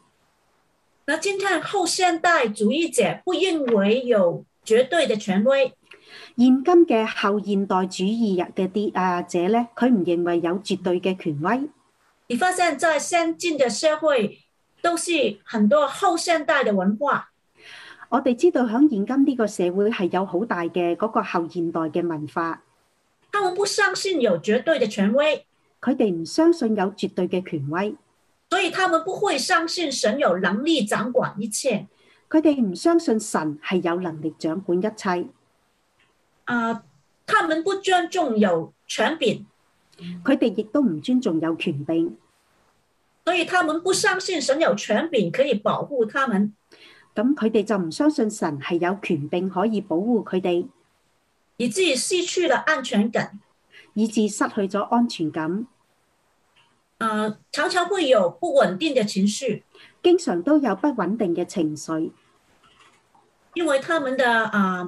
[SPEAKER 1] 那今天后现代主义者不认为有绝对的权威，
[SPEAKER 2] 現今嘅後現代主義人嘅啲啊者咧，佢唔認為有絕對嘅權威。
[SPEAKER 1] 你发现在先进的社会都是很多后现代的文化，
[SPEAKER 2] 我哋知道喺現今呢個社會係有好大嘅嗰個後現代嘅文化，
[SPEAKER 1] 他们不相信有绝对的权威，
[SPEAKER 2] 佢哋唔相信有絕對嘅權威，
[SPEAKER 1] 所以他们不会相信神有能力掌管一切。
[SPEAKER 2] 佢哋唔相信神係有能力掌管一切，
[SPEAKER 1] 啊、他们不尊重有权柄，
[SPEAKER 2] 佢哋亦都唔尊重有權柄，
[SPEAKER 1] 所以他们不相信神有权柄可以保护他们。
[SPEAKER 2] 咁佢哋就唔相信神係有權柄可以保護佢哋，
[SPEAKER 1] 以至于失去了安全感。
[SPEAKER 2] 以致失去咗安全感，
[SPEAKER 1] 呃，常常会有不稳定的情绪，
[SPEAKER 2] 經常都有不穩定嘅情緒，
[SPEAKER 1] 因为他们的啊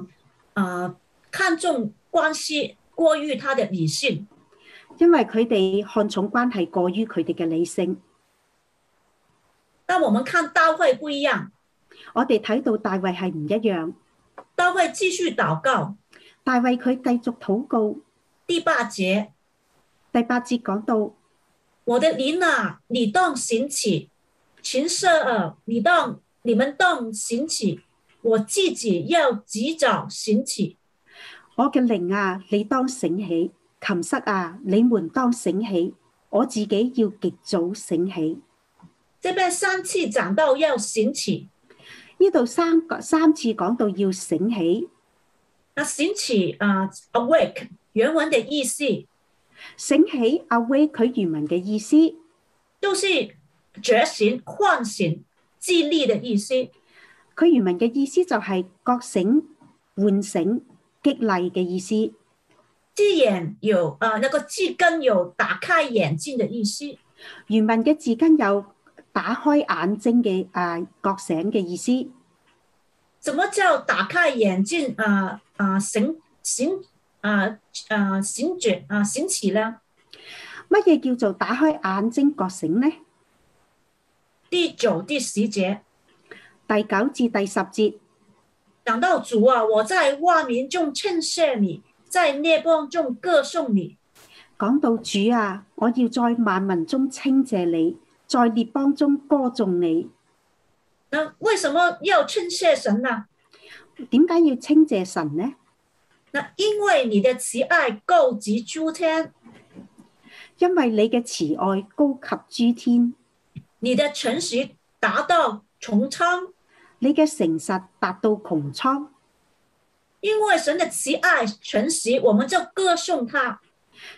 [SPEAKER 1] 啊、呃呃、看重关系过于他的理性，
[SPEAKER 2] 因為佢哋看重關係過於佢哋嘅理性。
[SPEAKER 1] 但我们看大卫不一样，
[SPEAKER 2] 我哋睇到大衛係唔一樣，
[SPEAKER 1] 大卫继续祷告，
[SPEAKER 2] 大衛佢繼續禱告。
[SPEAKER 1] 第八节，
[SPEAKER 2] 第八節講到，
[SPEAKER 1] 我的灵啊，你当行起，琴瑟耳，呃你当你们当行起，我自己要及早行起。
[SPEAKER 2] 我嘅靈啊，你當醒起；琴瑟啊，你們當醒起。我自己要極早醒起。
[SPEAKER 1] 这边三次讲到要行起，
[SPEAKER 2] 呢度三三次講到要醒起，
[SPEAKER 1] 那行起啊、呃 awake 原文的意思
[SPEAKER 2] 醒起阿威佢原文嘅意思
[SPEAKER 1] 就是觉醒、唤醒、激励的意思。
[SPEAKER 2] 佢原文嘅意思就係覺醒、喚醒、激勵嘅意思。
[SPEAKER 1] 字眼有呃那个字根有打开眼睛的意思，
[SPEAKER 2] 原文嘅字根有打開眼睛嘅啊覺醒嘅意思。
[SPEAKER 1] 什么叫打开眼睛？啊、呃、啊、呃，醒醒啊啊醒觉啊、醒起呢？
[SPEAKER 2] 乜嘢叫做打開眼睛覺醒呢？
[SPEAKER 1] 第九、第十节
[SPEAKER 2] 第九至第十節。
[SPEAKER 1] 讲到主啊，我在万民中称谢你，在列邦中歌颂你。
[SPEAKER 2] 講到主啊，我要在萬民中稱謝你，在列邦中歌頌你。
[SPEAKER 1] 那为什么要称谢神呢？
[SPEAKER 2] 點解要稱謝神呢？
[SPEAKER 1] 那因为你的慈爱够及诸天，
[SPEAKER 2] 因為你嘅慈愛高及諸天，
[SPEAKER 1] 你的诚实达到穹苍，
[SPEAKER 2] 你嘅誠實達到穹蒼。
[SPEAKER 1] 因为神的慈爱诚实，我们就歌颂他。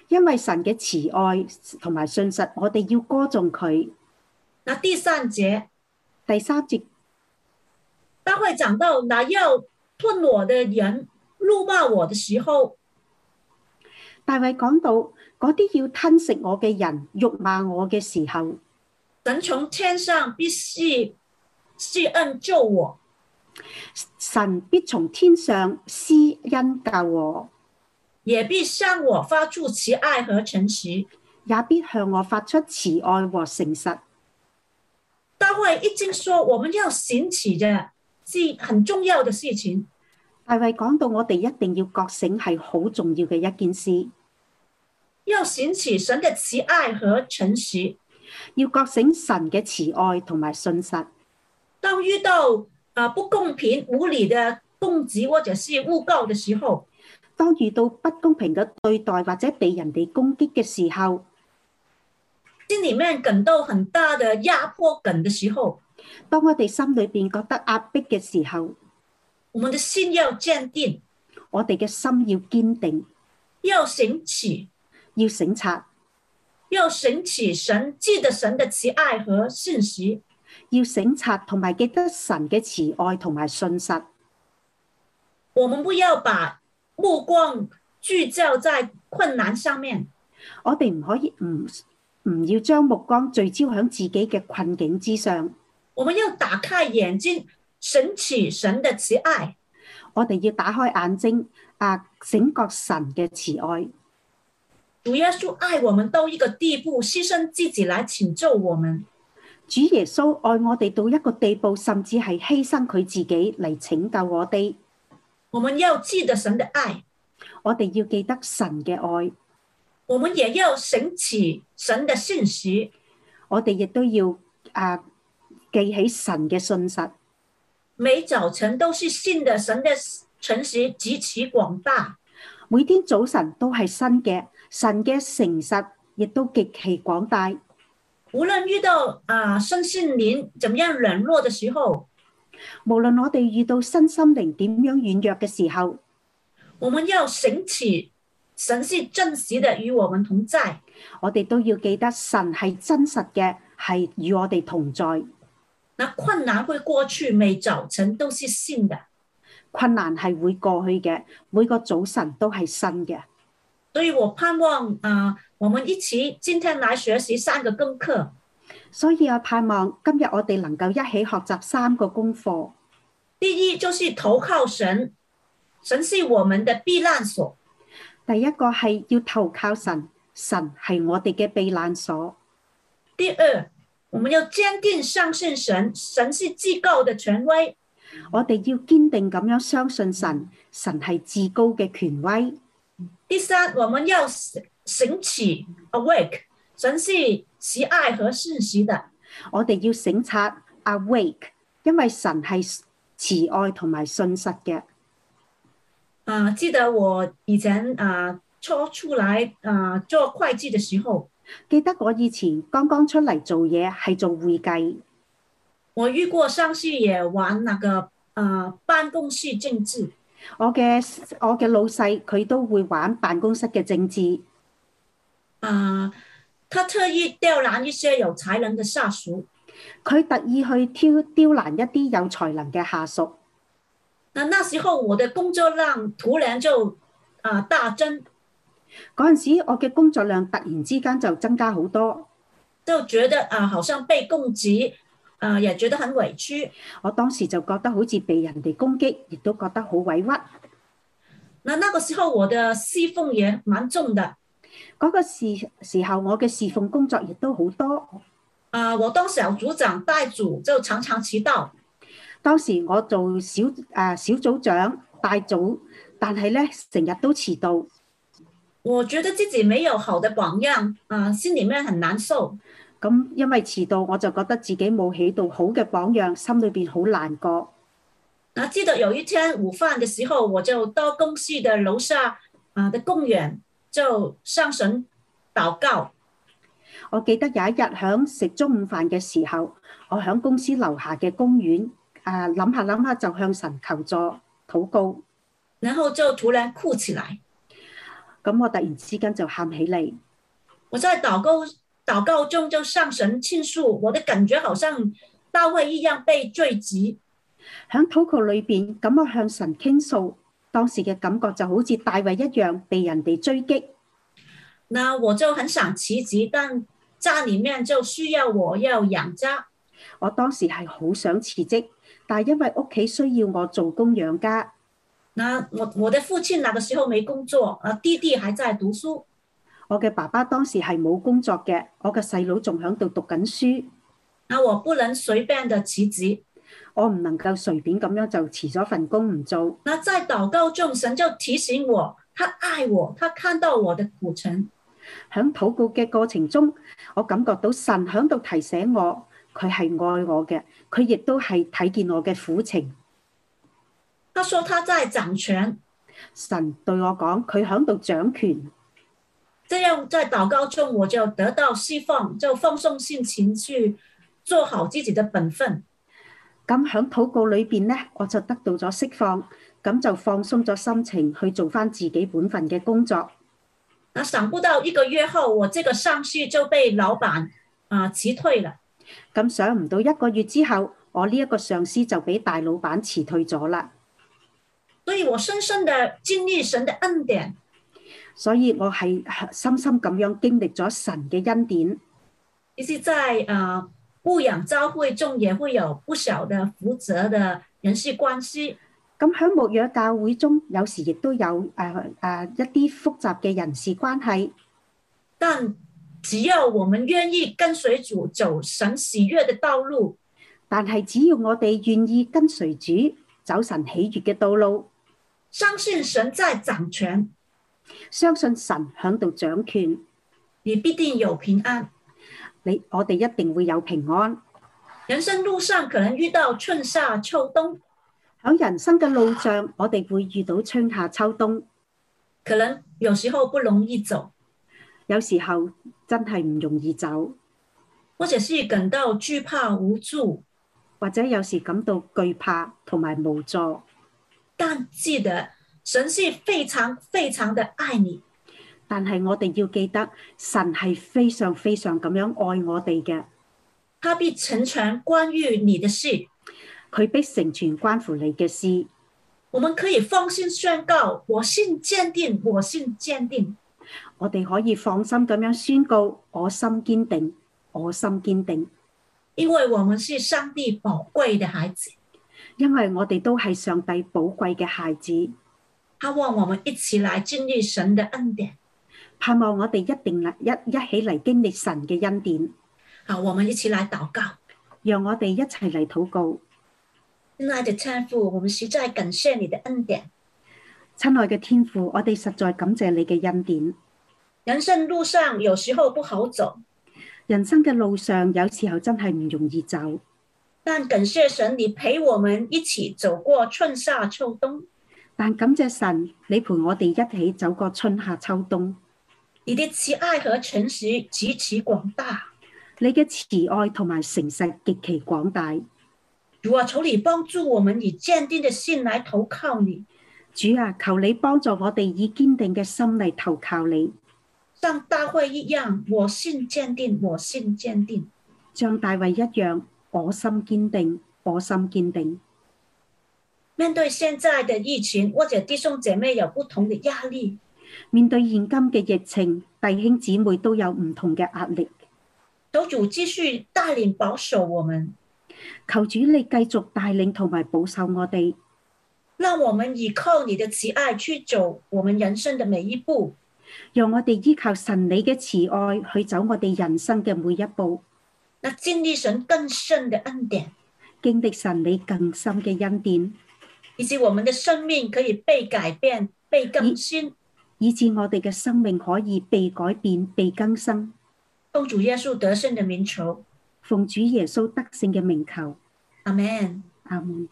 [SPEAKER 2] 因為神嘅慈愛同埋信實，我哋要歌頌佢。
[SPEAKER 1] 那第三节，
[SPEAKER 2] 第三節
[SPEAKER 1] 大会讲到那要吞我的人辱骂我的时候，
[SPEAKER 2] 大衛講到嗰啲要吞食我嘅人辱罵我嘅時候，
[SPEAKER 1] 神从天上必是是恩救我。
[SPEAKER 2] 神必從天上施恩救我，
[SPEAKER 1] 也必向我发出慈爱和诚实。
[SPEAKER 2] 也必向我發出慈愛和誠實。
[SPEAKER 1] 大会一经说我们要行起的是很重要的事情，
[SPEAKER 2] 大衛講到我哋一定要覺醒係好重要嘅一件事，
[SPEAKER 1] 要行起神的慈爱和诚实。
[SPEAKER 2] 要覺醒神嘅慈愛同埋信實。
[SPEAKER 1] 当遇到啊不公平、无理的攻击或者是诬告的时候，
[SPEAKER 2] 當遇到不公平嘅對待或者被人哋攻擊嘅時候，
[SPEAKER 1] 心里面感到很大的压迫感的时候，
[SPEAKER 2] 當我哋心裏邊覺得壓迫嘅時候，
[SPEAKER 1] 我们的心要坚定，
[SPEAKER 2] 我哋嘅心要堅定，
[SPEAKER 1] 要醒起，
[SPEAKER 2] 要省察，
[SPEAKER 1] 要醒起神，记得神的慈爱和信息，
[SPEAKER 2] 要省察，同埋記得神嘅慈愛同埋信實。
[SPEAKER 1] 我们不要把目光聚焦在困难上面，
[SPEAKER 2] 我哋唔可以唔唔要將目光聚焦喺自己嘅困境之上，
[SPEAKER 1] 我们要打开眼睛，神起神的慈爱，
[SPEAKER 2] 我哋要打開眼睛啊，醒覺神嘅慈愛。
[SPEAKER 1] 主耶稣爱我们到一个地步，牺牲自己来拯救我们。
[SPEAKER 2] 主耶穌愛我哋到一個地步，甚至係犧牲佢自己嚟拯救我哋。
[SPEAKER 1] 我们要记得神的爱，
[SPEAKER 2] 我哋要記得神嘅愛，
[SPEAKER 1] 我们也要神起神的信息。
[SPEAKER 2] 我哋亦都要啊記起神嘅信實。
[SPEAKER 1] 每早晨都是新的，神的诚实极其广大。
[SPEAKER 2] 每天早晨都係新嘅，神嘅誠實亦都極其廣大。
[SPEAKER 1] 无论遇到啊、身心灵怎么样软弱的时候，
[SPEAKER 2] 無論我哋遇到身心靈點樣軟弱嘅時候，
[SPEAKER 1] 我们要神起神是真实的与我们同在。
[SPEAKER 2] 我哋都要記得神係真實嘅，係與我哋同在。
[SPEAKER 1] 那困难会过去，每早晨都是新的。
[SPEAKER 2] 困難係會過去嘅，每個早晨都係新嘅。
[SPEAKER 1] 所以我盼望啊、我们一起今天来学习三个功课。
[SPEAKER 2] 所以我盼望今日我哋能夠一起學習三個功課。
[SPEAKER 1] 第一就是投靠神，神是我们的避难所。
[SPEAKER 2] 第一個係要投靠神，神係我哋嘅避難所。
[SPEAKER 1] 第二，我们要坚定相信神，神是至高的权威。
[SPEAKER 2] 我哋要堅定咁樣相信神，神係至高嘅權威。
[SPEAKER 1] 第三，我们要醒醒起 awake，神是慈爱和信息的。
[SPEAKER 2] 我哋要省察 awake，因為神係慈愛同埋信實嘅。
[SPEAKER 1] 啊、记得我以前啊、初出来啊、做会计的时候，
[SPEAKER 2] 記得我以前剛剛出嚟做嘢係做會計，
[SPEAKER 1] 我遇过上司也玩那个啊、办公室政治。
[SPEAKER 2] 我嘅我嘅老細佢都會玩辦公室嘅政治。
[SPEAKER 1] 啊、他特意刁难一些有才能的下属。
[SPEAKER 2] 佢特意去挑刁難一啲有才能嘅下屬。
[SPEAKER 1] 那那时候我的工作量突然就啊、大增，
[SPEAKER 2] 嗰陣時，我嘅工作量突然之間就增加好多，
[SPEAKER 1] 就觉得啊、好像被攻击，啊、也觉得很委屈。
[SPEAKER 2] 我當時就覺得好似被人哋攻擊，亦都覺得好委屈。嗰、
[SPEAKER 1] 那那个时候我的侍奉也蛮重的，
[SPEAKER 2] 個時時候，我嘅侍奉工作亦都好多。
[SPEAKER 1] 啊、我当小组长带组就常常迟到，
[SPEAKER 2] 當時我做小誒、啊小組長大組，但係咧成日都遲到，
[SPEAKER 1] 我觉得自己没有好的榜样，啊、心里面很难受。
[SPEAKER 2] 咁因為遲到我就覺得自己冇起到好嘅榜樣，心裏邊好難過。
[SPEAKER 1] 那记得有一天午饭的时候，我就到公司的楼下啊、的公园就上神祷告。
[SPEAKER 2] 我記得有一日響食中午飯嘅時候，我響公司樓下嘅公園啊諗下諗下就向神求助禱告，
[SPEAKER 1] 然后就突然哭起来。
[SPEAKER 2] 咁我突然之間就喊起嚟。
[SPEAKER 1] 我在祷告祷告中就向神倾诉，我的感觉好像大卫一样被追击。
[SPEAKER 2] 響禱告裏邊，咁我向神傾訴，當時嘅感覺就好似大衛一樣被人哋追擊。
[SPEAKER 1] 那我就很想辞职，但家里面就需要我要养家。
[SPEAKER 2] 我當時係好想辭職，但係因為屋企需要我做工養家，
[SPEAKER 1] 那我我的父亲那个时候没工作，啊，弟弟还在读书。
[SPEAKER 2] 我嘅爸爸當時係冇工作嘅，我嘅細佬仲響度讀緊書，
[SPEAKER 1] 那我不能随便的辞职。
[SPEAKER 2] 我唔能夠隨便咁樣就辭咗份工唔做。
[SPEAKER 1] 那在祷告中，神就提醒我，他爱我，他看到我的苦程，
[SPEAKER 2] 喺禱告嘅過程中，我感覺到神喺度提醒我，佢係愛我嘅，佢亦都係睇見我嘅苦情。
[SPEAKER 1] 他说他在掌权，
[SPEAKER 2] 神對我講，佢喺度掌權。
[SPEAKER 1] 这样在祷告中我就得到释放，就放松心情去做好自己的本分。
[SPEAKER 2] 咁喺禱告裏邊呢，我就得到咗釋放，咁就放鬆咗心情去做翻自己本分嘅工作。
[SPEAKER 1] 那想不到一个月后，我这个上司就被老板啊、辞退了。
[SPEAKER 2] 咁上唔到一個月之後，我呢一個上司就俾大老闆辭退咗啦。
[SPEAKER 1] 所以我深深的经历神的恩典，
[SPEAKER 2] 所以我係深深咁樣經歷咗神嘅恩典。
[SPEAKER 1] 以及在啊牧养教会中也会有不少的负责的人事关系。
[SPEAKER 2] 咁喺牧養教會中，有時亦都有誒誒、呃呃一啲複雜嘅人事關係。
[SPEAKER 1] 但只要我们愿意跟随主，走神喜悦的道路，
[SPEAKER 2] 但係只要我哋願意跟隨主，走神喜悦嘅道路，
[SPEAKER 1] 相信神在掌权，
[SPEAKER 2] 相信神響度掌權，
[SPEAKER 1] 你必定有平安。
[SPEAKER 2] 你我哋一定會有平安。
[SPEAKER 1] 人生路上可能遇到春夏秋冬，
[SPEAKER 2] 喺人生嘅路上，我哋會遇到春夏秋冬，
[SPEAKER 1] 可能有时候不容易走，
[SPEAKER 2] 有時候真係唔容易走，
[SPEAKER 1] 或者是感到惧怕无助，
[SPEAKER 2] 或者有時感到懼怕同埋無助。
[SPEAKER 1] 但记得神是非常非常的爱你，
[SPEAKER 2] 但係我哋要記得，神係非常非常咁樣愛我哋嘅，
[SPEAKER 1] 他必成全关于你的事。
[SPEAKER 2] 佢必成全關乎你嘅事。
[SPEAKER 1] 我们可以放心宣告：我信坚定，我信坚定。
[SPEAKER 2] 我哋可以放心咁樣宣告：我心堅定，我心堅定，
[SPEAKER 1] 因为我们是上帝宝贵的孩子，
[SPEAKER 2] 因為我哋都係上帝寶貴嘅孩子。
[SPEAKER 1] 他望我们一起来经历神的恩典。
[SPEAKER 2] 盼望我哋一定嚟一一起嚟經歷神嘅恩典，
[SPEAKER 1] 好，我们一起来祷告。
[SPEAKER 2] 讓我哋一齊嚟禱告。
[SPEAKER 1] 亲爱的天父，我们实在感谢你的恩典。
[SPEAKER 2] 親愛嘅天父，我哋實在感謝你嘅恩典。
[SPEAKER 1] 人生路上有时候不好走，
[SPEAKER 2] 人生嘅路上有時候真係唔容易走，
[SPEAKER 1] 但感谢神，你陪我们一起走过春夏秋冬。
[SPEAKER 2] 但感謝神，你陪我哋一起走過春夏秋冬。
[SPEAKER 1] 你的慈爱和诚实极其广大。
[SPEAKER 2] 你嘅慈愛同埋誠實極其廣大，
[SPEAKER 1] 主啊，求你帮助我们以坚定的心来投靠你，
[SPEAKER 2] 主啊，求你幫助我哋以堅定嘅心嚟投靠你，
[SPEAKER 1] 像大卫一样，我信坚定，我信坚定。
[SPEAKER 2] 像大衛一樣，我心堅定，我心堅定。
[SPEAKER 1] 面对现在的疫情，或者弟兄姐妹有不同的压力，
[SPEAKER 2] 面對現今嘅疫情，弟兄姊妹都有唔同嘅壓力。
[SPEAKER 1] 求主继续带领保守我们，
[SPEAKER 2] 求主你繼續帶領同埋保守我哋，
[SPEAKER 1] 让我们依靠你的慈爱去走我们人生的每一步。
[SPEAKER 2] 讓我哋依靠神你嘅慈愛去走我哋人生嘅每一步，
[SPEAKER 1] 那经历神更深的恩典，
[SPEAKER 2] 經歷神你更深嘅恩典，
[SPEAKER 1] 以及我们的生命可以被改变、被更新。
[SPEAKER 2] 以致我哋嘅生命可以被改變、被更新。
[SPEAKER 1] 奉主耶穌得胜的名求，
[SPEAKER 2] 奉主耶穌得勝嘅名求，
[SPEAKER 1] 阿门。
[SPEAKER 2] 阿門。